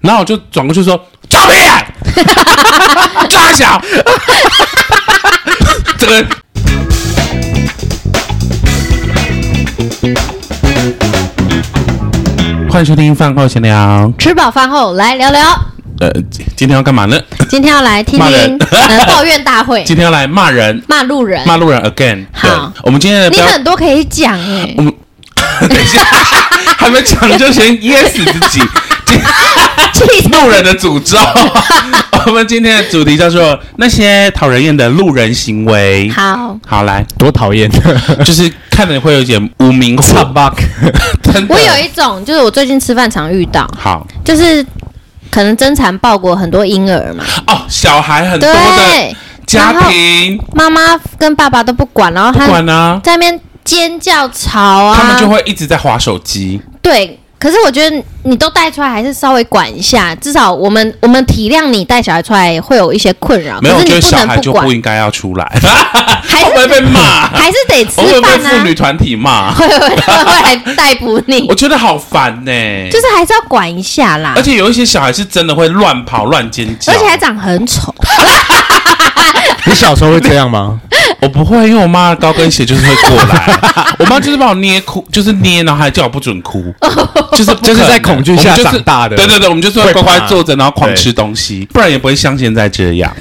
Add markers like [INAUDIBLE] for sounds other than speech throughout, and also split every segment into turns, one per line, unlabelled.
然后我就转过去说：“抓屁啊， [LAUGHS] 抓小，这个欢迎收听饭后闲聊。
吃饱饭后来聊聊，
呃，今今天要干嘛呢？
今天要来听
骂人
听呃抱怨大会，
[LAUGHS] 今天要来骂人，
骂路人，
骂路人 again。对啊嗯
好，
我们今天的
你
标，
很多可以讲哎、
我们 [LAUGHS] 等一下还没讲就先噎死 [LAUGHS] 自己。今
气死
路人的诅咒。 [LAUGHS] 我们今天的主题叫做那些讨人厌的路人行为。
好，
好，来，
多讨厌，
就是看了会有一点无名火，
bug，
[LAUGHS] 真的。
我有一种就是我最近吃饭常遇到，
好
就是可能争产报国很多婴儿嘛，
哦，小孩很多的
对，
家
然后
庭
妈妈跟爸爸都不管，然后
不
他
管啊，
在那边尖叫吵啊，
他们就会一直在划手机。
对。可是我觉得你都带出来，还是稍微管一下，至少我们我们体谅你带小孩出来会有一些困扰，
没有，
啊可
我觉
是你
得
不
小
能
孩就
管
不，应该要出来，
[LAUGHS]
[LAUGHS]
还
会
是
不会被骂？
还是得吃
我会被
饭啊
妇，女团体骂？
[LAUGHS] 会会会会来逮捕你
我，觉得好烦呢。
就是还是要管一下啦
而。且啊有一些小孩是真的会乱跑乱尖叫，
而且还长很丑， [LAUGHS]
[LAUGHS] 你小时候会这样吗？
[LAUGHS] 我不会，因为我妈的高跟鞋就是会过
[LAUGHS]
来，我妈就是把我捏哭，就是捏，然后还叫我不准哭，就是不可能
就是在恐惧下
我们就是
长大的
对对对，我们就是会
会
乖
怕
乖坐着，然后狂吃东西，不然也不会像现在这
[LAUGHS]
样，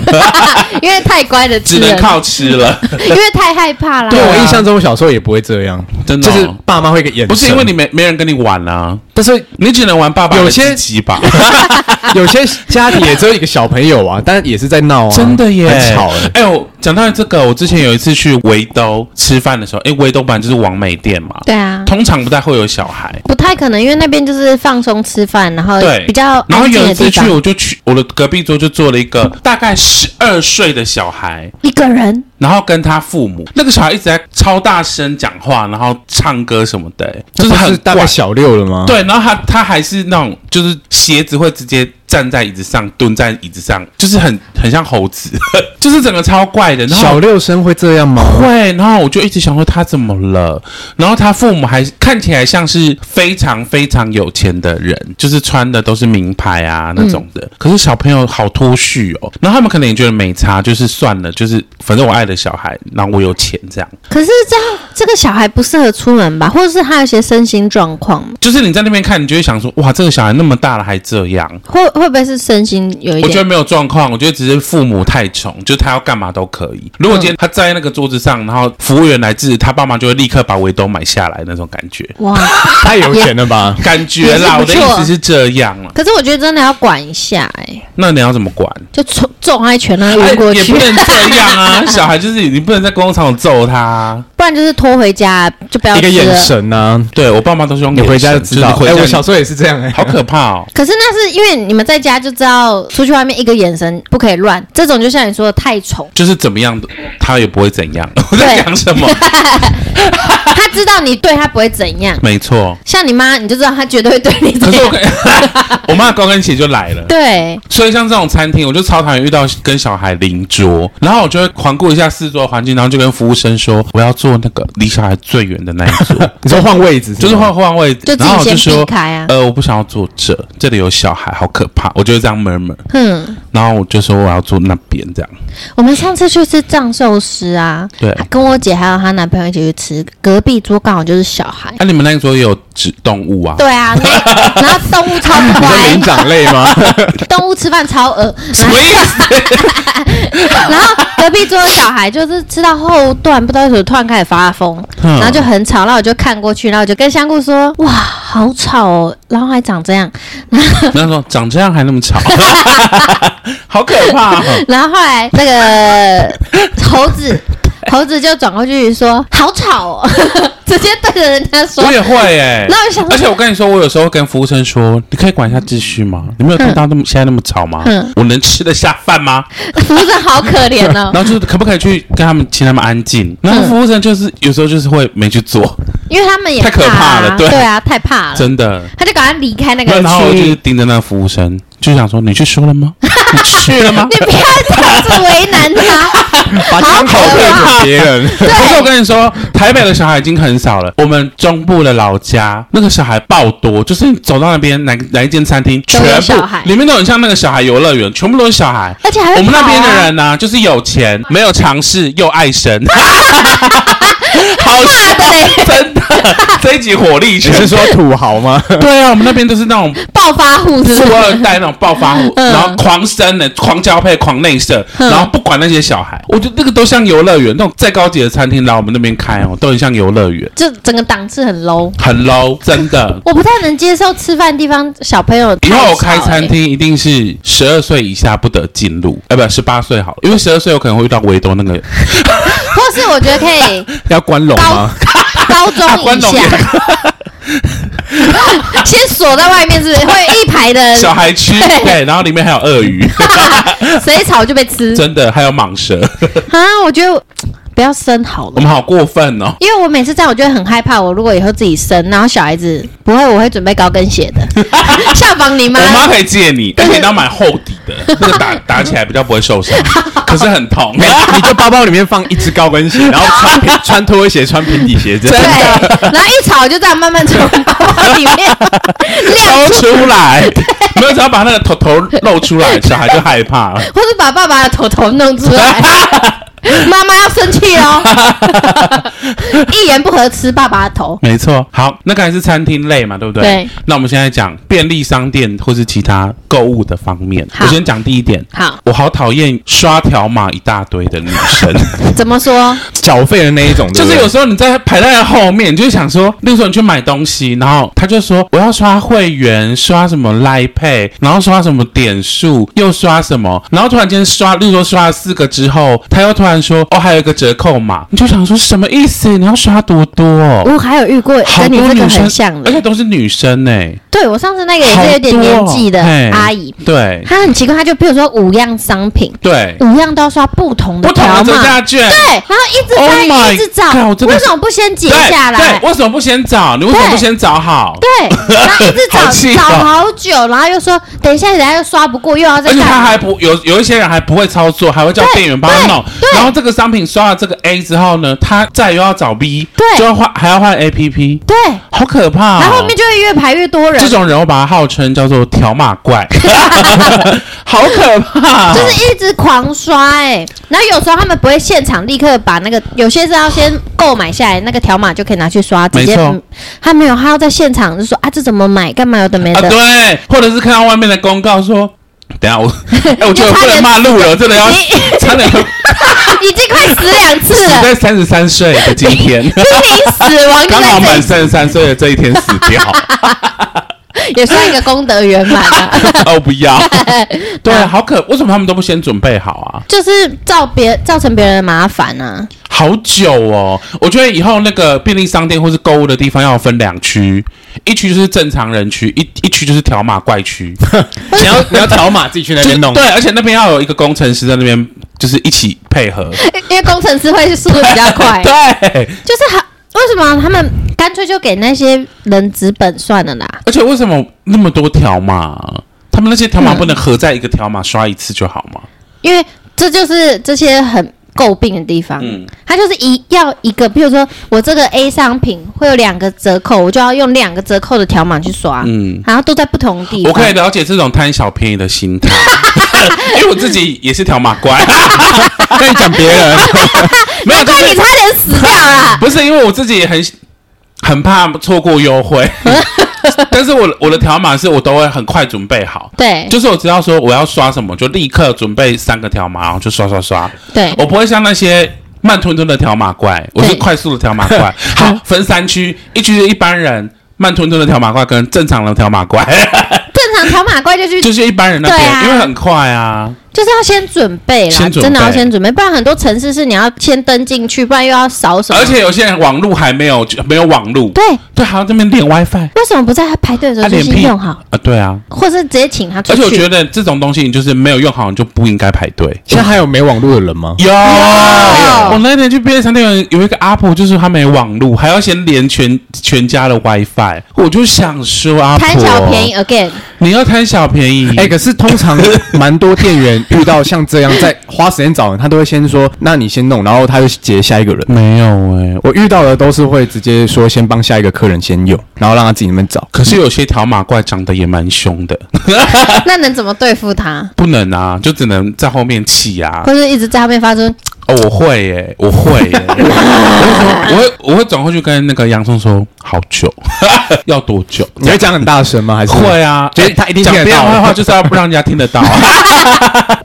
因为太乖的
只
吃
能
人，
靠吃了。
[LAUGHS] 因为太害怕
啊
啦。
对我印象中，我小时候也不会这样，
真的
就
哦
是爸妈会给眼神，
不是因为你，没没人跟你玩啊，
但是
你只能玩爸爸的
有些
鸡鸡
[LAUGHS]
吧？
有些家庭也只有一个小朋友啊， [LAUGHS] 但也是在闹啊，
真的耶，
很吵欸
哎、我讲到这个，我之前有一次去维都吃饭的时候，哎、维都本来就是王美店嘛，
对啊，
通常不太会有小孩。
不太可能，因为那边就是放松吃饭，然后
对，
比较
然后
哦安静
有一
的
次
地
去，
方，
我就去我的隔壁桌就坐了一个大概十二岁的小孩，
一个人
然后跟他父母，那个小孩一直在超大声讲话，然后唱歌什么的、欸就是
不
很
是大概
怪
小六了吗？，
对，然后他他还是那种就是鞋子会直接站在椅子上，蹲在椅子上，就是很很像猴子， [LAUGHS] 就是整个超怪的。然后
小六生会这
[LAUGHS]
样吗？
会，然后我就一直想说他怎么了，然后他父母还看起来像是非常非常有钱的人，就是穿的都是名牌啊那种的，可是小朋友好脱序哦，然后他们可能也觉得没差，就是算了，就是反正我爱的小孩，然后我有钱这样，
可是这样，这个小孩不适合出门吧？或者是他有一些身心状况，
就是你在那边看，你就会想说，哇，这个小孩那么大了还这样。
会会不会是身心有一
我觉得
点？
没有状况，我觉得只是父母太宠，就是他要干嘛都可以。如果今天他站在那个桌子上，然后服务员来自他爸妈就会立刻把围兜买下来那种感觉。
哇！
太有钱了吧？
[LAUGHS] 感觉啦，我
也是不
的
错
意思是这样了。
可是我觉得真的要管一下，哎，
那你要怎么管？
就揍揍他一拳让他
哎
啊晕过
也
去
不，能这样啊！小孩就是你不能在公共场所揍他啊。
不然就是拖回家就不要
一个
吃
眼
了。
神呐，
对我爸妈都是用
你
眼神
回家就知道。
就是
哎，
回
我
家
小时候也是这样哎，
[LAUGHS] 好可怕哦。。
可是那是因为你们在家就知道，出去外面一个眼神不可以乱，这种就像你说的太宠 [LAUGHS]
就是怎么样，他也不会怎样。我在讲什么？
他知道你对他不会怎样，
没错。
像你妈，你就知道她绝对会对你
可
怎
是我
样。
[LAUGHS] 跟我妈的高跟鞋就来了。
[LAUGHS] 对，
所以像这种餐厅，我就超讨厌遇到跟小孩邻桌，然后我就会环顾一下四周的环境，然后就跟服务生说，我要坐那个离小孩最远的那一桌。
你说换位置
[LAUGHS]
吗
就是换换位置，
就自己
然后我就
先
说
避开啊
呃，我不想要坐这，这里有小孩，好可怕。我就呃会这样 murmur，
哼，
然后我就说我要坐那边这样。
嗯我们上次去吃藏寿司啊，
对，
跟我姐还有她男朋友一起去吃，隔壁桌刚好就是小
[LAUGHS]
孩。
啊那、你们那一桌也有指动物啊？
对啊，那 [LAUGHS] 然后动物超
你说
乖，
灵长类吗？
动物吃饭超恶，
[LAUGHS] 什么意思？
[LAUGHS] 然后隔壁桌的小孩就是吃到后段，不知道为什么突然开始发疯，
嗯
然后就很吵，然后我就看过去，然后我就跟香菇说：“哇，好吵哦，然后还长这样。 [LAUGHS]
那时候长这样还那么吵，好可怕、哦！”
然后后来那个 [LAUGHS] 猴
[LAUGHS]
子，猴子就转过去说：“好吵哦！” [LAUGHS] 直接对着人家说
我。也会哎、
那我想
而且
说，
我跟你说，我有时候跟服务生说，你可以管一下秩序吗？你没有看到那么、现在那么吵吗？
嗯
我能吃得下饭吗？
服务生好可怜
[LAUGHS]
哦，
然后就是可不可以去跟他们，请他们安静？然后
嗯
服务生就是有时候就是会没去做，
因为他们也
太可怕了
啊
对
对啊，太怕了，
真的。 [LAUGHS]
他就赶快离开那个
然后我就
区
是
域。
[LAUGHS] 盯着那个服务生，就想说你去说了吗？你去了 [LAUGHS] 吗？
你不要这样子为难他。
[LAUGHS]
把
好
枪口
可
对
怕
准别人。
可是我跟你说，台北的小孩已经很少了。我们中部的老家那个小孩爆多，就是你走到那边哪哪一间餐厅，
都
全
有
部
小孩
里面都很像那个小孩游乐园，全部都是小孩。
而且还会
我们那边的嗯
跑啊
人呢、就是有钱，没有尝试，又爱 [LAUGHS] 生，好笑， [LAUGHS]
对，
真的，这一集火力 [LAUGHS]
你
全
是说土
[LAUGHS]
豪吗？
对啊，我们那边都是那种
暴发 [LAUGHS] 户是不
富
是？
二代那种暴发户，
嗯
然后狂生的、狂交配、狂内射，
嗯
然后不管那些小孩，我觉得那个都像游乐园，那种再高级的餐厅来我们那边开哦，都很像游乐园，
就整个档次很 low。
很 low，真的。
我不太能接受吃饭地方小朋友太
以后我
吵
开餐
欸，
厅一定是十二岁以下不得进入，哎，不，十八岁好了，因为十二岁有可能会遇到围兜那
[LAUGHS]
个
或是我觉得可
[LAUGHS]
以
要关笼
高
吗？
[LAUGHS] 高
啊
中
关
以
笼也
下， [LAUGHS]
[LAUGHS]
先锁在外面，是不是会一排的 [LAUGHS]
小孩区，
对
对，然后里面还有鳄鱼，
谁吵就被吃
真的，还有蟒蛇，
啊？我觉得不要生好
我 [LAUGHS]
了。
们好过分哦。
因为我每次这样，我就会很害怕。我如果以后自己生，然后小孩子不会，我会准备高跟鞋的，
[LAUGHS]
效仿你妈。
我妈可以借你，而且你要买厚底
[LAUGHS]
的，那个打打起来比较不会受伤，可是很痛。
你就包包里面放一只高
[LAUGHS]
跟鞋，然后穿平穿拖鞋，穿平底鞋，这
对
样，
然后一吵就这样慢慢从包包
[LAUGHS]
里面 [LAUGHS] 亮
都
出，
出来，没有只要把那个头头露出来，小孩就害怕了。
或是把爸爸的头头弄出来。
[LAUGHS]
妈妈要生气哦，一言不合吃爸爸的头。
没错，好，那刚才是餐厅类嘛，对不对？
对。
那我们现在讲便利商店或是其他购物的方面。
好
我先讲第一点，
好，
我好讨厌刷条码一大堆的女生，
怎么说？
缴费的那一种，
就是有时候你在排在后面，你就想说，例如说你去买东西，然后他就说我要刷会员，刷什么 Line Pay，然后刷什么点数，又刷什么，然后突然间刷，例如说刷了四个之后，他又突然说哦还有一个折扣码，你就想说什么意思？你要刷多多、哦？
我还有遇过
好
跟哎你
多
这
女
个
生
很像，
而且
的，
都是女生呢、
对我上次那个也是有点年纪的
好多哦嘿
阿姨，
对
她很奇怪，她就比如说五样商品，
对，
五样都要刷不同的
不同
条
的折
码
价，券，
对，然后一直
Oh my
翻一直找
God，我，真的
为
是
什么不先截
对
下来？
对，为什么不先找？你为什么不先找好？ [LAUGHS]
对，然后一直找
好气哦
找好久，然后又说等一下，等一下又刷不过，又要再
而且他
干。
还不有有一些人还不会操作，还会叫
对
店员帮他弄
对。对
然后这个商品刷了这个 A 之后呢，他再又要找 B，
对
就要换还要换 APP，
对，
好可怕、哦。
然后后面就会越排越多人
这，种人，我把他号称叫做条码
[LAUGHS]
怪，好可怕、哦
就是一直狂刷哎、然后有时候他们不会现场立刻把那个，有些是要先购买下来，那个条码就可以拿去刷，直接
没错
嗯他没有，他要在现场就说啊，这怎么买，干嘛有的没
啊，
的。
对，或者是看到外面的公告说。等一
[LAUGHS]
下我，哎、我觉得我
你差
不
点
能骂路了，真的要
你
差点
已经快死两次
啊死
了，
在三十三岁的今 [LAUGHS]
[LAUGHS]
天，
濒临死亡
[LAUGHS]
就
刚好
在
满
这
三十三岁的这一天死掉。 [LAUGHS]
里，也算一个功德圆满
[LAUGHS]
啊。
哦，不
[LAUGHS]
要，对，好可，为什么他们都不先准备好啊？
就是造别造成别人的麻烦啊，
好久哦，我觉得以后那个便利商店或是购物的地方要分两区，一区就是正常人区，一一区就是条码怪区。
你要你要条码自己去那
就是
边弄，
对，而且那边要有一个工程师在那边，就是一起配合。，
因为工程师会速度比较
[LAUGHS]
快
对，
就是很为什么他们干脆就给那些人纸本算了啦？
而且为什么那么多条码？他们那些条码不能合在一个条码刷一次就好吗？
因为这就是这些很诟病的地方。
嗯
他就是一要一个，比如说我这个 A 商品会有两个折扣，我就要用两个折扣的条码去刷，
嗯
然后都在不同地
我
方。
可以了解这种贪小便宜的心 [LAUGHS] 态，因为我自己也是条码
[LAUGHS]
怪，
跟你讲别人，
[LAUGHS] 没有
难
就
怪
是
你差点死掉
[LAUGHS]
[LAUGHS] 啦！
不是因为我自己也很很怕错过优惠， [LAUGHS] 但是我的我的条码是我都会很快准备好，
对
就是我知道说我要刷什么，就立刻准备三个条码，然后就刷刷刷，
对，
我不会像那些。慢吞吞的条码怪，我是
对
快速的条码
[LAUGHS]
怪。好，分三区，一区是一般人，慢吞吞的条码怪跟正常的条码怪， [LAUGHS]
正常条码怪就去
就是一般人那
对
边，
啊
因为很快啊。
就是要先准备啦，
先准备
真的要先准备，不然很多城市是你要先登进去，不然又要扫什么。
而且有些人网路还没有就没有网路，
啊对，
对，还要这边连 WiFi，
为什么不在排队的时
他
候就
连
先
屁
用好，
啊，对啊。
或是直接请他出
而
去？
且我觉得这种东西，你就是没有用好，你就不应该排队。
现在还有没网络的人吗？
有，我那天去便利商店有有一个阿婆，就是她没网路，还要先连全全家的 WiFi，我就想说阿婆，
贪小便宜，again，
[LAUGHS] 你要贪小便宜，
哎、可是通常蛮多店员遇到像这样在花时间找人，他都会先说：“那你先弄。”然后他就接下一个人。
没有哎、
我遇到的都是会直接说先帮下一个客人先用，然后让他自己那边找。
可是有些条码怪长得也蛮凶的，
那能怎么对付他？
不能啊，就只能在后面气啊。
或是一直在后面发出
哦，我会耶、我会 [LAUGHS] 耶、我会说，我会，我会转过去跟那个洋葱说，好久， [LAUGHS] 要多久？
你会讲很大声吗？还是
会啊，
就是他一定
讲
听得
别人
到
坏话，就是要不让人家听得到、啊
[LAUGHS]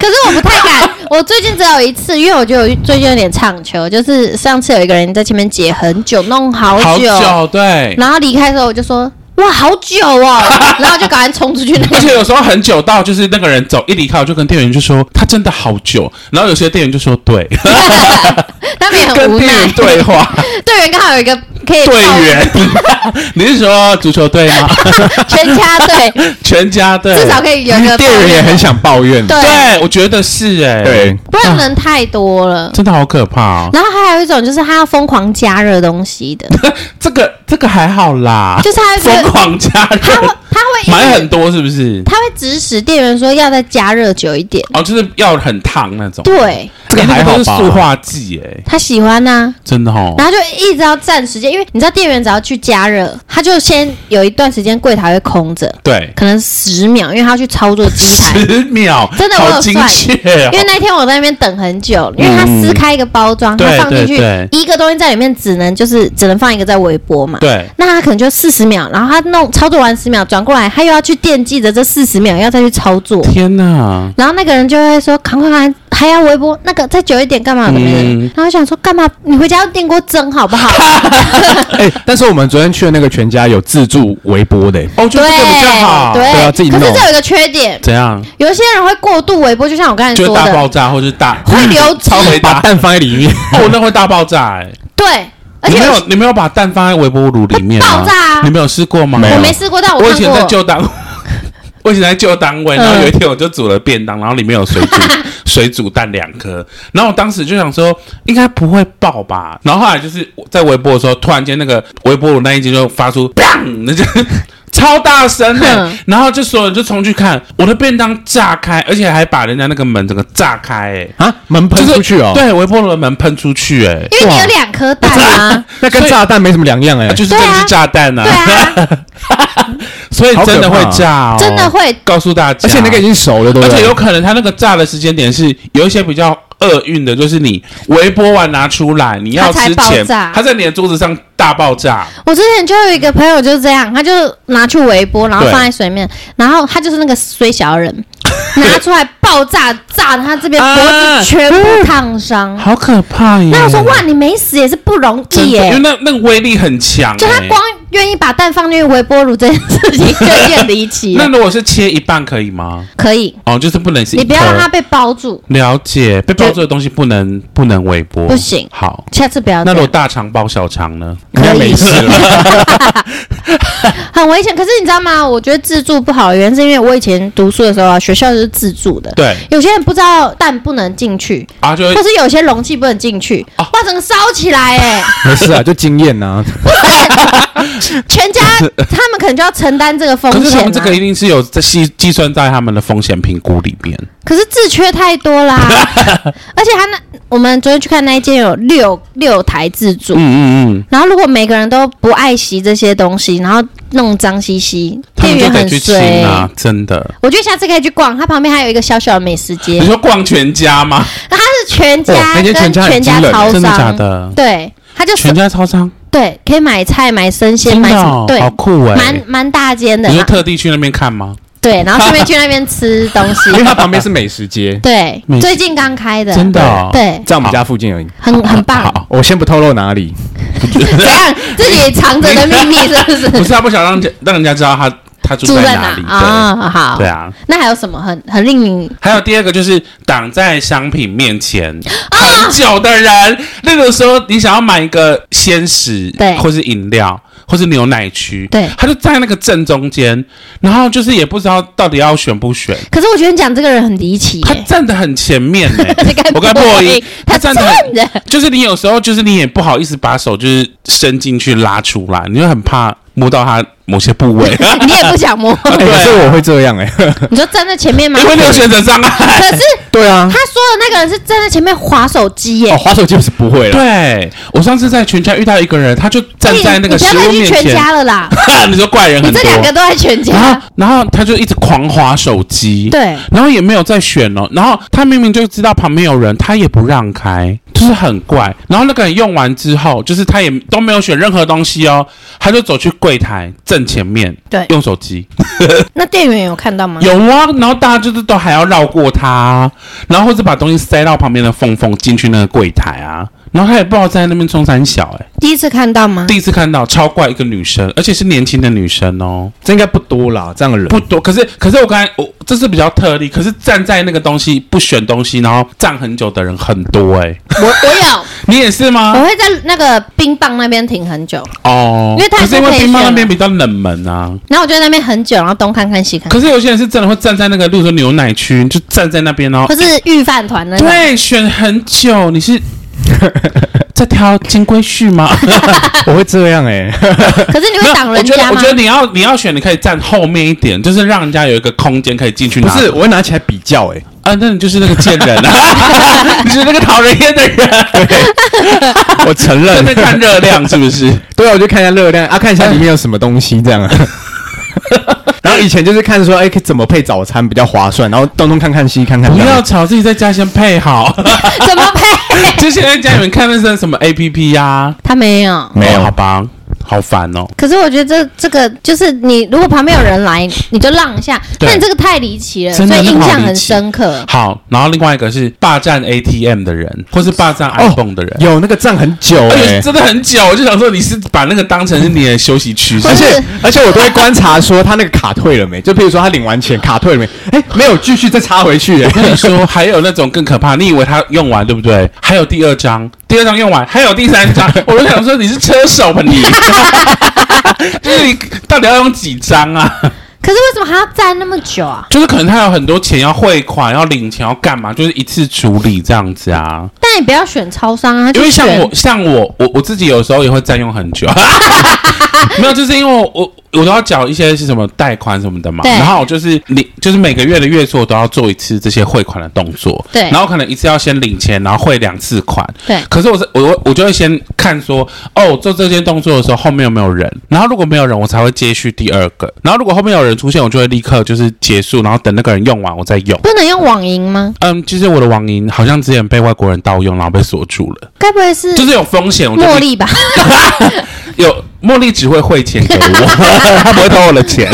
可是我不太敢，
[LAUGHS]
我最近只有一次，因为我觉得我最近有点唱球，就是上次有一个人在前面解很久，弄好久，
好久，对。
然后离开的时候我就说哇好久
[LAUGHS]
哦，然后就赶快冲出去那
而 [LAUGHS]
个。
且有时候很久到，就是那个人走一离开，我就跟店员就说他真的好久，然后有些店员就说对，
他们也
[LAUGHS]
很
跟
无
店
奈哎
员。对
[LAUGHS]
话，
队员刚好有一个可
队
以报
员， [LAUGHS] 你是说足球队
[LAUGHS]
吗？
全家
[LAUGHS]
队，
全家队，嗯
至少可以有一个
店员也很想抱 [LAUGHS] 怨？
对，
对，我觉得是哎、
对，
不然人太多了。
真的好可怕哦。
然后还有一种就是他要疯狂加热东西
[LAUGHS]
的，
这个这个还好啦，
就是他会
疯狂加
他会
热，
他会一直
买很多是不是？
他会指使店员说要再加热久一点。
哦，就是要很烫那种。
对
这个
还好
都
吧
是塑化剂哎、
他喜欢啊呐、
真的哦。
然后就一直要占时间，因为你知道店员只要去加热，他就先有一段时间柜台会空着，
对，
可能十秒，因为他要去操作机台。
[LAUGHS] 十秒，
真的我有
好精确
因为
哦。
那天我在那边等很久，因为他撕开一个包装，他
对
放进去
对
一个东西在里面，只能就是只能放一个在微波嘛。
对，
那他可能就四十秒，然后他弄操作完十秒，转过来他又要去惦记着这四十秒，要再去操作。
天哪！
然后那个人就会说：“赶快赶快，还要微波，那个再久一点干嘛？怎么样？”
嗯
然后我想说：“干嘛？你回家用电锅蒸好不好
哎、但是我们昨天去的那个全家有自助微波的、
哦，？”就这个比较好。
对，
对啊自己
可
弄
是这有一个缺点，
怎样？
有一些人会过度微波，就像我刚才
就
说
大
的，
爆炸，或者是大
会流
[LAUGHS]
汁
超回
把
答。
蛋放在里面，
哦，那会大爆炸哎！
对，而
你
且
没
我
有你没有把蛋放在微波炉里面吗
会爆炸啊
你没有试过吗？
没有
我没试过，嗯但
我以
看
前在
过。
旧单位，我以前在旧单位，然后有一天我就煮了便当，然后里面有水
[LAUGHS]
煮水煮蛋两颗，然后我当时就想说应该不会爆吧，然后后来就是在微波的时候，突然间那个微波炉那一间就发出砰，那就 [LAUGHS] 超大声的、
嗯
然后就所有人就冲去看我的便当炸开，而且还把人家那个门整个炸开、欸，
[LAUGHS] 啊，门喷出去哦，
就是，对，微波炉的门喷出去、欸，
因为你有两颗蛋
[LAUGHS]
啊，
那跟炸弹没什么两样哎、
啊就是真的是炸弹啊，
对
[LAUGHS]
啊，
所以真的会
好可怕啊
炸、哦，
真的会
告诉大家，
而且那个已经熟了，对不
而
对？
且有可能它那个炸的时间点是有一些比较厄运的，就是你微波完拿出来，你要
它才
之
爆
前
炸
它在你的桌子上大爆炸，
我之前就有一个朋友就是这样，他就拿去微波，然后
对
放在水面，然后他就是那个衰
[LAUGHS]
小人，拿出来爆炸，炸他这边
啊
脖子全部烫
[LAUGHS]
伤。
好可怕耶
那我说哇，你没死也是不容易
真的，因为
耶，
那那个威力很强、
就他
欸
光愿意把蛋放进微波炉这件事情就有点离奇
[LAUGHS] 那
了。
如果是切一半可以吗？
可以，
哦，就是不能是一
你不要让
颗
它被包住，
了解被包住的东西不能不能微波，
不行
好，
下次不要
那
这
如果
样，
大肠包小肠呢？
应该没事了，
[LAUGHS] 很危险。可是你知道吗？我觉得自助不好的原因是因为我以前读书的时候啊，学校就是自助的，
对
有些人不知道蛋不能进去，
啊，就会
或是有些容器不能进去，
啊
哇，整个烧起来哎、
没事啊，就经验呐、
全家他们可能就要承担这个风
可是
险、
他
啊。
们这个一定是有在计计算在他们的风险评估里边。
可是自缺太
[LAUGHS]
多啦，而且他那我们昨天去看那一间有六六台自助。
嗯嗯嗯，
然后，如果每个人都不爱惜这些东西，然后弄脏兮兮，
他
店
们就
员
得
很
去
衰、
清啊，真的。
我觉得下次可以去逛，它旁边还有一个小小的美食
[LAUGHS]
街
你，说逛全家
[LAUGHS]
吗？
它是全
哦
家
那
跟
间全家很
全家
惊人
超商，
真的假的？
对，它就
全家超商，
对，可以买菜、买生鲜、
真
买
的
什
哦
么，对，
好酷哎
蛮！蛮大间的
你说
啦，
特地去那边看吗？
对，然后
[LAUGHS]
顺便去那边吃东西
[LAUGHS] 因，为它旁边是美食街，
对
美，食
最近刚开的，
真的哦
对，
在我们家附近而已。
很很棒，
好，
我先不透露哪里，
[LAUGHS]
怎样自己藏着的秘密是不
不
是？
啊是他不想让人家让人家知道他他他住
住
在
在
哪里的。
啊？好，
对。啊，
那还有什么很很令你
还有第二个就是挡在商品面前
啊
很久的人，那个时候你想要买一个鲜食，
对
或是饮料，或是牛奶区，
对
他就站在那个正中间，然后就是也不知道到底要选不选，
可是我觉得你讲这个人很离奇
他
耶，
站得很前面呢、
[LAUGHS]
我跟
不
破
会
音，
他
站
站
得很，
的，
就是你有时候就是你也不好意思把手就是伸进去拉出来，你就很怕摸到他某些部位，
[LAUGHS] 你也不想
[LAUGHS]
摸。
哎可是我会这样哎，
你说站在前面吗？
因为你有选择障碍。
[LAUGHS] 可是
[LAUGHS] 对啊
他，说的那个人是站在前面划手机耶
哦，。滑手机我是不会了。
对我上次在全家遇到一个人，他就哦站在那个
哎你
食
你不要
物
再去
面
全
前，
家了啦，
[LAUGHS] 你说怪人
你
很
这两个
多。
都在全
然
家
后，，然后他就一直狂划手机，
对，
然后也没有再选哦。然后他明明就知道旁边有人，他也不让开，就是很怪。然后那个人用完之后，就是他也都没有选任何东西哦，他就走去柜台正前面，
对
用手机。
那店员有看到吗？
有啊，然后大家就是都还要绕过他，然后或者把东西塞到旁边的缝缝进去那个柜台啊。然后他也不知道在那边冲三小、欸，
第一次看到吗？
第一次看到超怪一个女生，而且是年轻的女生哦。
这应该不多啦，这样的人
不多，可是可是我刚才我这是比较特例，可是站在那个东西不选东西，然后站很久的人很多哎、
我我有，
你也是吗
我？会在那个冰棒那边停很久，
哦，
因为它
可是因为
还是可以
乒乓那
选
边比较冷门啊。
然后我就在那边很久，然后东看看西看
可
看，
是有些人是真的会站在那个，例如说牛奶区，就站在那边然后
或是御饭团那种。
对选很久，你 [LAUGHS] 是在挑金龟婿 [LAUGHS] 吗？
我会这样哎，
可是你
没
会
有
挡
我
人
觉得
家
我
吗
觉？得你要你要选，你可以站后面一点，就是让人家有一个空间可以进去拿。
[LAUGHS] 不是，我会拿起来比较 [LAUGHS] 哎，
啊，那你就是那个贱人啊，你是那个讨人厌的人。
[LAUGHS] 我承
在
认
那。边看热量是不是？
[LAUGHS] 对啊，我就看一下热量啊，看一下里面有什么东西这 [LAUGHS] 样。然后以前就是看说，哎，可以怎么配早餐比较划算，然后东东看看西看看。
不
这
要
样
吵，自己在家先配
[LAUGHS]
好。
怎么
[LAUGHS]
配？
就现在家里面看那些什么 A P P 呀，
他没有。
没有
哦好吧，好烦哦。
可是我觉得这这个就是你，如果旁边有人
[LAUGHS]
来，你就让一下。
对
那你这个太离奇了，
真
所
的
以印象
那个好离
很
奇
深刻。
好，然后另外一个是霸占 A T M 的人，或是霸占 iPhone 的人。
哦有那个站很久
而
哎
且，真的很久，我就想说你是把那个当成是你的休息
[LAUGHS]
区，是
而
不是
且而且我都会观察说他那个卡退了没，就譬如说他领完钱卡退了没，哎，没有继续再插回去哎
我。跟你说，还有那种更可怕，你以为他用完对不对？还有第二张，第二张用完，还有第三
[LAUGHS]
张，我就想说你是车手吧你， [LAUGHS] 就是你到底要用几张啊？
可是为什么还要站那么久啊？
就是可能他有很多钱要汇款、要领钱、要干嘛，就是一次处理这样子啊。
但你不要选超商啊，
因为像
就选
我，像我，我我自己有时候也会占用很
[LAUGHS]
久， [LAUGHS] 没有，就是因为我我我都要缴一些是什么贷款什么的嘛，
对
然后我就是领，就是每个月的月初我都要做一次这些汇款的动作，
对
然后可能一次要先领钱，然后汇两次款，
对
可是我是我我就会先看说，哦，做这些动作的时候后面有没有人，然后如果没有人，我才会接续第二个，然后如果后面有人出现，我就会立刻就是结束，然后等那个人用完我再用。
不能用网银吗？
嗯，其实我的网银好像之前被外国人盗用，然后被锁住了，
该不会是
就是有风险，我就
茉
[LAUGHS]
莉吧？
有茉莉只会汇钱给
[LAUGHS]
我，她不会偷我的钱。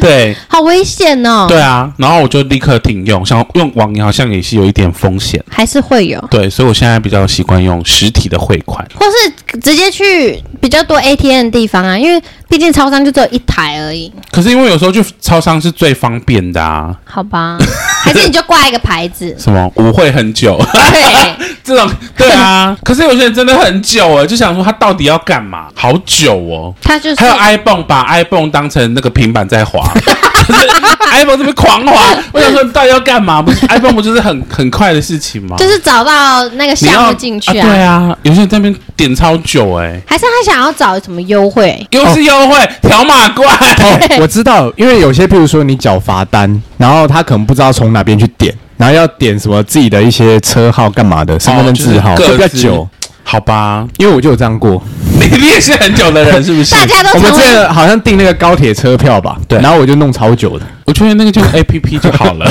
对
好危险哦！
对啊，然后我就立刻停用，像用网银好像也是有一点风险。
还是会有，
对，所以我现在比较习惯用实体的汇款。
或是直接去比较多 ATM 的地方啊，因为毕竟超商就只有一台而已，
可是因为有时候去超商是最方便的啊，，
好吧？还是你就挂一个牌子
[LAUGHS] 什么我会很久 [LAUGHS]
对，
这种，对啊。可是有些人真的很久哎，就想说他到底要干嘛？好久哦。
它就是
还有 iPhone 把 iPhone 当成那个平板在
[LAUGHS]
滑，可是 iPhone 这边狂滑，我想说你到底要干嘛？不是 iPhone 不就是很很快的事情吗？
就是找到那个
你
项
要
目进去
对
啊，
啊，有些人在那边点超久哎、
还是他想要找什么优惠？
又是优惠条码怪，
[LAUGHS] 哦，我知道，因为有些，譬如说你缴罚单，然后他可能不知道从哪边去点，然后要点什么自己的一些车号干嘛的，身份证字号，
哦各
哦就
自
比较久。，
好吧？
因为我就有这样过，
你你也是很久的人是不是？
大家都
我们
成
这
为
个好像订那个高铁车票吧，
对
然后我就弄超久的，
我觉得那个就是 A P P 就好
[LAUGHS]
了。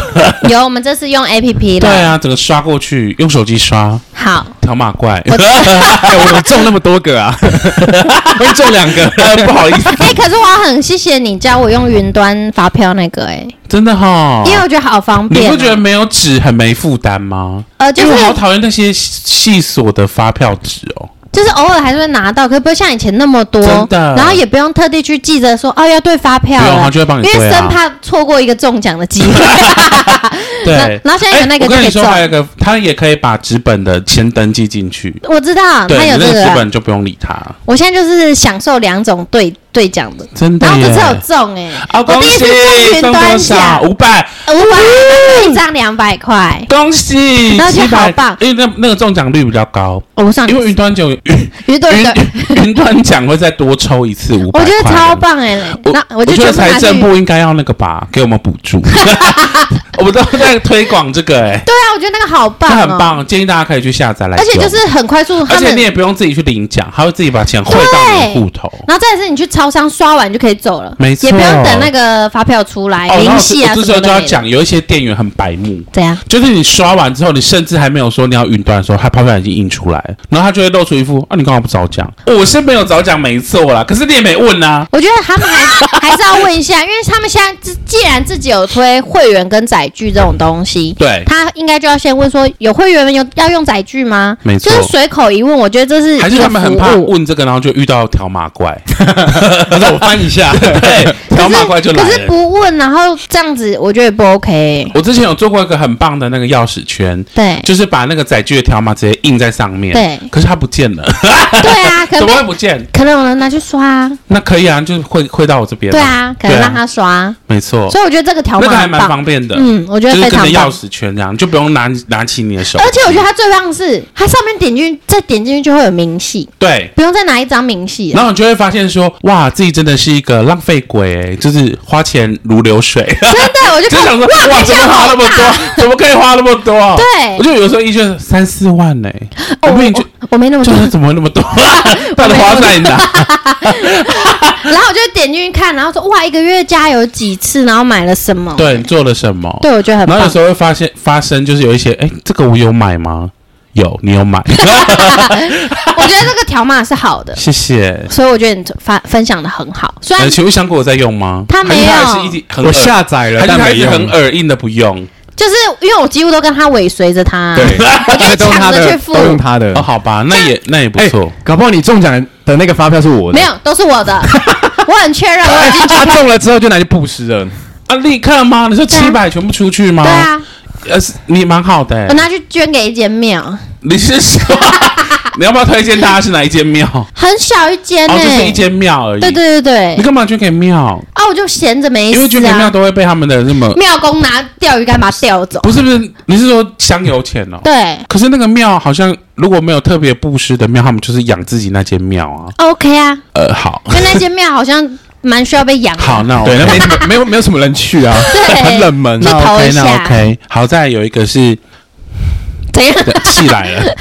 有，我们这次用
对
APP 了。
啊，整个刷过去，用手机刷
好，
条码怪， [LAUGHS]
哎，我 [LAUGHS] 中那么多个啊，
我中两
[LAUGHS]
个，不好意思，
[LAUGHS] 哎、可是我很谢谢你教我用云端发票那个、哎、
真的哈。
因为我觉得好方
哦你
便、啊
不觉得？没有纸很没负担吗？
呃，就
因
是
为我好讨厌那些细细琐的发票纸哦。
就是偶尔还是会拿到，可是不会像以前那么多
真，的啊
然后也不用特地去记着说哦要对发票
不用
了，
他就会帮你
因
对
为
啊
生怕错过一个中奖的
[LAUGHS]
机会。
对，
然后现在有那个
哎我跟你
就可以
说，
中
还有一个，他也可以把纸本的先登记进去。
我知道
对，
他有
你那个
这个
纸
啊，
本就不用理他，
我现在就是享受两种兑兑奖的，
真的
然后
耶
这次有中哎、
啊，
我
恭
第一
喜
次中云
中
端
多少？
奖，
五百，
五百一张两百块，
恭喜！
那就
700
好棒嗯
因为那那个中奖率比较高，
我上
因为云端奖 [LAUGHS] 云
鱼对对，
云云端奖会再多抽一次五百块
我觉
的。
得超棒哎、那
我
就
觉
全
得
部拿
财
去
政部应该要那个吧，给我们补
[LAUGHS]
助。我们都在推广这个，哎，
对啊，我觉得那个好棒、
这
哦，
很棒，建议大家可以去下载来
而
用。
且就是很快速，
而
他
且
们
你也不用自己去领奖，他会自己把钱汇到你的
对
户头。
然后再来是你去超商刷完就可以走了，
没错
也不用等那个发票出来，
哦，然
明
后
细啊
我
什
这
么
时候
的。
就要讲，有一些店员很白目，
怎样？
就是你刷完之后，你甚至还没有说你要云端的时候，他发票已经印出来了，然后他就会露出一副啊，你干嘛不早讲？我是没有早讲，没错啦，可是你也没问啊。
我觉得他们还 [LAUGHS] 还是要问一下，因为他们现在自既然自己有推会员跟载具这种东西，
对，
他应该就要先问说，有会员有要用载具吗？
没错
就是随口一问，我觉得这是
还是
一个
他们很怕
服务
问这个，然后就遇到条码
[LAUGHS]
怪，
那我翻一下，
对，条码怪就来
可是
了。
不问，然后这样子，我觉得也不 OK。
我之前有做过一个很棒的那个钥匙圈，
对
就是把那个载具的条码直接印在上面，
对
可是它不见了，
对啊，可
怎么会
能
不见？
可能有人拿去刷啊，
那可以啊，就是汇汇到我这边，
对，啊，可能
对啊
让他刷啊，
没错，
所以我觉得这个条
那
码
个还
很
蛮
棒。
方便的，
嗯，我觉
就是
得非
跟着
常
钥
棒。
匙圈这样，就不用拿拿起你的手，
而且我觉得它最棒的是，它上面点进去再点进去就会有明细，
对。
不用再拿一张明细
[LAUGHS]
啊了。
然后你就会发现说，哇，自己真的是一个浪费鬼、欸，就是花钱如流
[LAUGHS]
水。
真的，我就
就
看
想说，
哇，
哇，
开
怎
销
么花
好
那么
大。
多？怎么可以花那么多？
对
我就有时候一卷三四万呢、欸，
哦
我明明
我
就
我我没那么多
就，是怎么会那么多？到底花在哪？
[LAUGHS] 然后我就点进去看，然后说哇，一个月加油几次，然后买了什么？
对，你做了什么？
对，我觉得很
然后有
棒。
时候会发现发生，就是有一些，哎、这个我有买吗？有，你有买， [LAUGHS]
我觉得这个条码是好的，
谢谢。
所以我觉得你发分享的很好。虽然
呃，请问香果我在用吗？
他没有
还是他还是一直很
[LAUGHS] 我
耳
下载
还
了，
是
但
他一
没
直
用。
很耳硬的不用。
就是因为我几乎都跟他尾随着他，啊
[LAUGHS] 对，那都用他
抢着
的，
去付
都用他的
哦，。好吧，那也那也不
哎
错。
搞不好你中奖的那个发票是我的。
没有都
[LAUGHS]
是我的，我很确认，我已经
他中了之后就拿去布施了。
啊，立刻吗？你说
对啊
七百全部出去吗？
对，啊，嗯
呃，是你蛮好的、
我
欸。
拿去捐给一间庙，
你是说 [LAUGHS] 你要不要推荐大家是哪一间庙？哦，
很小一间呢、
就是一间庙而已。
对对对对
你，干嘛捐给庙？
啊，我就闲着没
因为捐
事
给庙
啊。
都会被他们的那么
庙公拿钓鱼竿把它钓走，
不是不是，你是说香油钱哦？
对
可是那个庙好像如果没有特别布施的庙，他们就是养自己那间庙啊。
，OK
[LAUGHS]
啊，
呃，好，
因为那间庙好像蛮需要被养的。
好，那我
对，那没什么，没有没有什么人去啊，
[LAUGHS] 对
很冷门
去
那
啊。
投一
OK
下
那 OK，好在有一个是
怎样？
对气来
[LAUGHS]
了，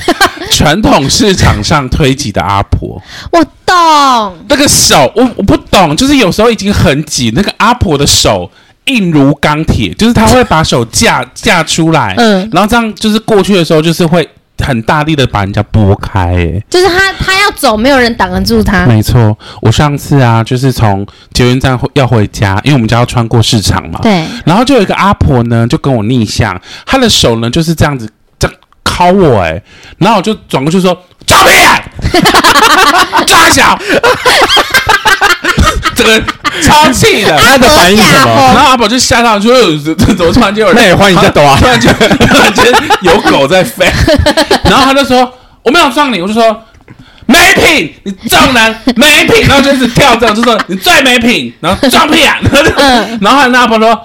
传统市场上推挤的阿婆。
我懂，
那个手，我我不懂，就是有时候已经很挤，那个阿婆的手硬如钢铁，就是她会把手
[LAUGHS]
架架出来，
嗯
然后这样就是过去的时候，就是会很大力的把人家拨开、欸。
就是他他要走，没有人挡得住他。
没错，我上次啊，就是从捷运站回要回家，因为我们家要穿过市场嘛，
对，
然后就有一个阿婆呢，就跟我逆向，她的手呢就是这样子这样敲我、欸，然后我就转过去说抓屁 [LAUGHS] 眼，抓小，这个超气的。
他的反应是什
阿
么
婆？
然后阿宝就吓到，就 [LAUGHS] 呃这这怎么突然间有人？
那也欢迎一下抖啊
[LAUGHS] 突然间突然间有狗在飞，然后他就说我没有撞你，我就说没品，你撞人没品，然后就一直跳这样，就说你最没品，然后撞屁啊，然后就
嗯
[LAUGHS] 然后那阿宝说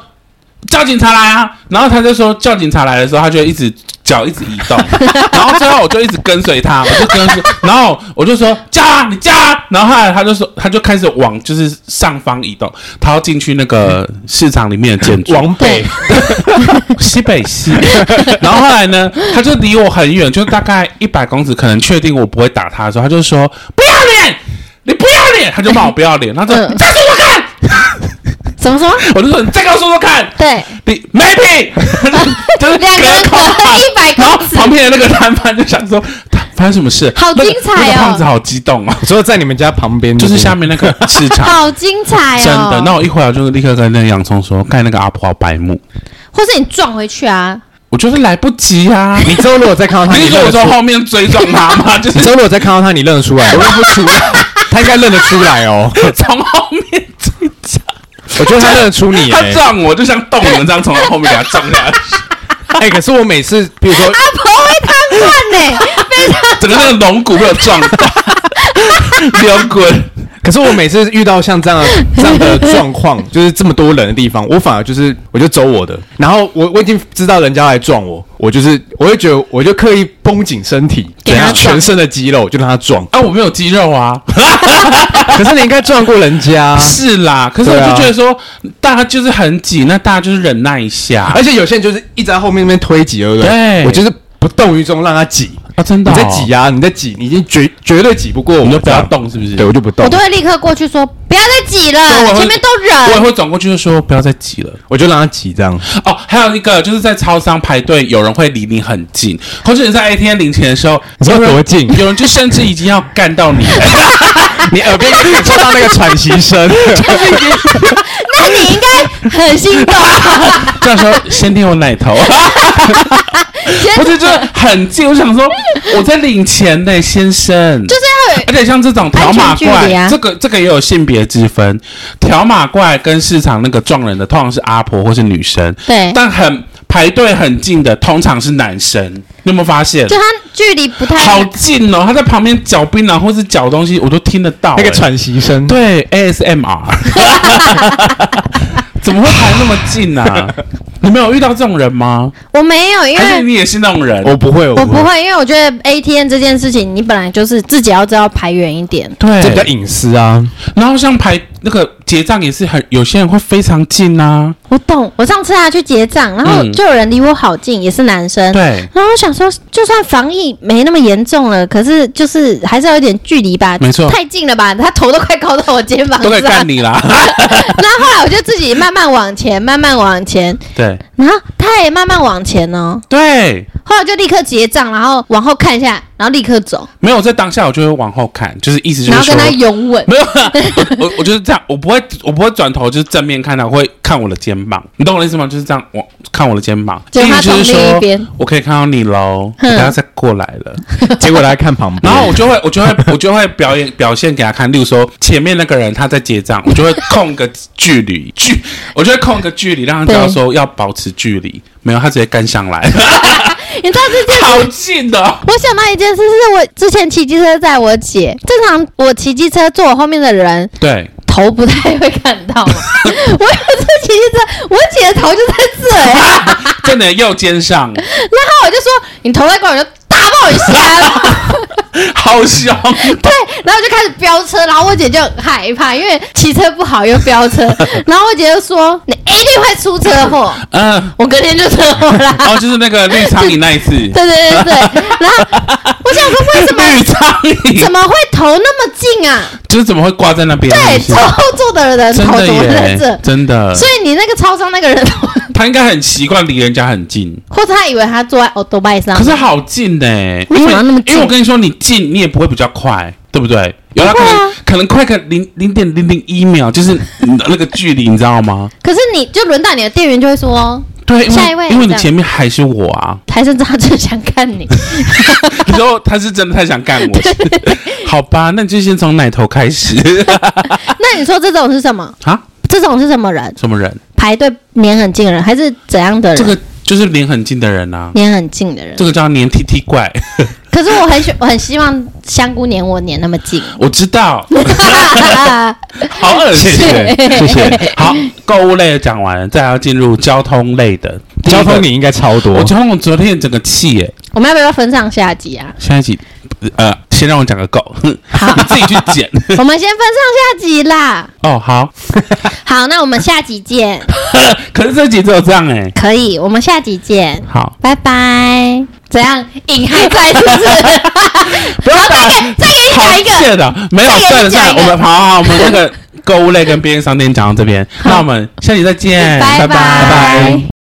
叫警察来啊，然后他就说叫警察来的时候，他就一直脚一直移动， [LAUGHS] 然后最后我就一直跟随他，我就跟随，然后我就说叫啊，你叫啊，然后后来他就说他就开始往就是上方移动，他要进去那个市场里面的建筑，
往北
对，
西北西， [LAUGHS] 然后后来呢，他就离我很远，就大概一百公尺，可能确定我不会打他的时候，他就说不要脸，你不要脸，他就骂我不要脸，他说
嗯
你再说说看，
怎么说？
我就说你再跟我说说看，
对，
你没
[LAUGHS]
品，就是
两个人
隔空喊
一百
然后
公尺，
旁边的那个摊贩就想说，他发生什么事？
好
那个
精彩哦
那个胖子好激动哦，
所以在你们家旁边
就是下面那个市
[LAUGHS]
场。
好精彩哦！
真的，那我一回来就是立刻跟那个洋葱说，看那个阿婆好白目，
或是你撞回去啊？
我觉得来不及
[LAUGHS]
啊！
你之后如果再看到他，
你
你
是跟
认
我
得出
说，后面追踪他吗？就
你之
是
后如果再看到他，你认得出来？我认不出来，他应该认得出来哦。
[LAUGHS] 从后面追踪，
我觉得他认得出你、
他
欸。
撞我就像动人这样从后面给他撞下去，
哎、可是我每次，比如说，
阿婆会瘫痪呢，被他
整个那个龙骨被我撞到， [LAUGHS] 刘滚！。
可是我每次遇到像这样的这样的状况，就是这么多人的地方，我反而就是我就走我的，然后我我已经知道人家来撞我，我就是我会觉得我就刻意绷紧身体，
给他
然后
撞
全身的肌肉就让他撞
啊，我没有肌肉啊。
可是你应该撞过人家、
[LAUGHS] 是啦，可是我
对
就
啊
觉得说，大家就是很挤，那大家就是忍耐一下
[LAUGHS] 而且有些人就是一直在后面那边推挤，对不对？
对
我就是不动于衷，让他挤。
啊，真
你
的
在
在
挤
挤啊，
呀、你在挤，你已经绝绝对挤不过我。
你就不要，动，是不是？
对我就不动
我都，会立刻过去说不要再挤
对我
了，
会
前面都
我也
人。
会转过去就说不要再挤了。
我就让他挤这样。
哦，还有一个就是在超商排队，有人会离你很近，或者你在 ATM 领钱的 [LAUGHS] 时候，
你说
有人
多近
有人就甚至已经要干到你了。
[LAUGHS] 你耳边可以听到那个喘息
[LAUGHS]
声。
那你应该很心动，啊
这时候先听我奶头，
[LAUGHS]
不是就是很近。我想说我在领钱呢、先生，
就是要有
而且像这种条码
安全距
怪，
离啊
这个这个也有性别之分。条码怪跟市场那个撞人的，通常是阿婆或是女生，
对，
但很排队很近的，通常是男生。你有没有发现？
就他距离不太
好近哦，他在旁边嚼槟榔或是嚼东西，我都听得到、
那个
欸
喘息声，
对
[LAUGHS]
ASMR，怎么会排那么近呢、啊？你们有遇到这种人吗？
我没有，因
而且
为
你啊也是那种人？
我不会，
我不会，因为我觉得 ATM 这件事情，你本来就是自己要知道排远一点。
这比较
对，
隐私啊。
然后像排那个结账也是很，有些人会非常近啊。
我懂，我上次啊去结账，然后
嗯
就有人离我好近，也是男生。
对，
然后我想说，就算防疫没那么严重了，可是就是还是要有点距离吧，
没错
太近了吧，他头都快高到我肩膀
都
上。
可以干
然
你啦。 [LAUGHS]
[LAUGHS] 后后来我就自己慢慢往前，慢慢往前，
对
然后他也慢慢往前哦。
对，
后来我就立刻结账，然后往后看一下，然后立刻走，
没有在当下我就会往后看，就是意思就
然
是
后
说
跟他拥吻。
[LAUGHS] 没有啊，我我我就是这样，我不会我不会转头就是正面看他，我会看我的肩膀，你懂我的意思吗？就是这样，我看我的肩膀，
就
意
他
思就是
从另一
说
边
我可以看到你喽，
哼
等下再过来了。
结果来看旁边，
然后我就会，我就会，我就会表演表现给他看。例如说，前面那个人他在结账，我就会控个距离，距，我就会控个距离，让他知道说要保持距离。没有，他直接干上
[LAUGHS]
来，
你知道这件
好近的。
我想到一件事，是我之前骑机车载我姐，正常我骑机车坐我后面的人
[LAUGHS] 对，
头不太会看
[LAUGHS]
到嘛。我有一次骑机车，我姐的头就在这哎、
[LAUGHS] 在你的右肩上，
然后我就说你头在过来，我就打爆啊一下了。
好
[LAUGHS]
凶。
对，然后我就开始飙车，然后我姐就很害怕，因为骑车不好又飙
[LAUGHS]
车，然后我姐就说你一定会出车祸，
嗯、
我隔天就车 [LAUGHS] 祸啦。
然后就是那个绿苍蝇那一次，
[LAUGHS] 对对对对，然后我想说为什么
[LAUGHS] 绿苍
怎
蝇
么会头那么近啊？
就是怎么会挂在那边？
对，
是
超后座的人
啊真
头
的
怎么会在
耶，嗯
这？
真的。
所以你那个超商那个人头，
他应该很习惯离人家很近，
或者他以为他坐在 o t o b i 上，
可是好近呢、
啊为什么要那么近
因为我跟你说，你近你也不会比较快，对不对？有他可
不会
能
啊
可能快个零零点零零一秒，就是 [LAUGHS] 你的那个距离，你知道吗？
可是你就轮到你的店员就会说，
对，因为
下一位
因为你
这样
前面还是我啊， [LAUGHS]
还是他就想看你，
你说他是真的太想干
[LAUGHS]
我， [LAUGHS] 好吧？那你就先从奶头开始
那你说这种是什么？
啊？
这种是什么人？
什么人？
排队粘很近的人，还是怎样的人？
这个就是脸很近的人啊，
粘很近的人
这，个叫黏 T T 怪， [LAUGHS]
可是我很喜，我很希望香菇粘我粘那么近。
我知
[LAUGHS]
道，好恶
谢
心。
谢
[LAUGHS]
谢谢。
好，购物类的讲完了，再来要进入交通类的。第一个
交通你应该超多
我，交通我昨天整个气耶、
我们要不要分上下集啊？
下一集，呃，先让我讲个够， [LAUGHS] 你自己去剪。
我们先分上下集啦。
哦，好，
好，那我们下集见。
[LAUGHS] 可是这集只有这样哎、
可以，我们下集见。
好，
拜拜。怎样？瘾还在是不是？
[LAUGHS] 不要
好，
打
[LAUGHS] 再给再给你
好
讲一个。
谢的，没有，
再给你
算了
讲
算
一
了，
个
我们好好，我们那个购物类跟便利商店讲到这边，那我们下集再见，
拜
拜
拜
拜。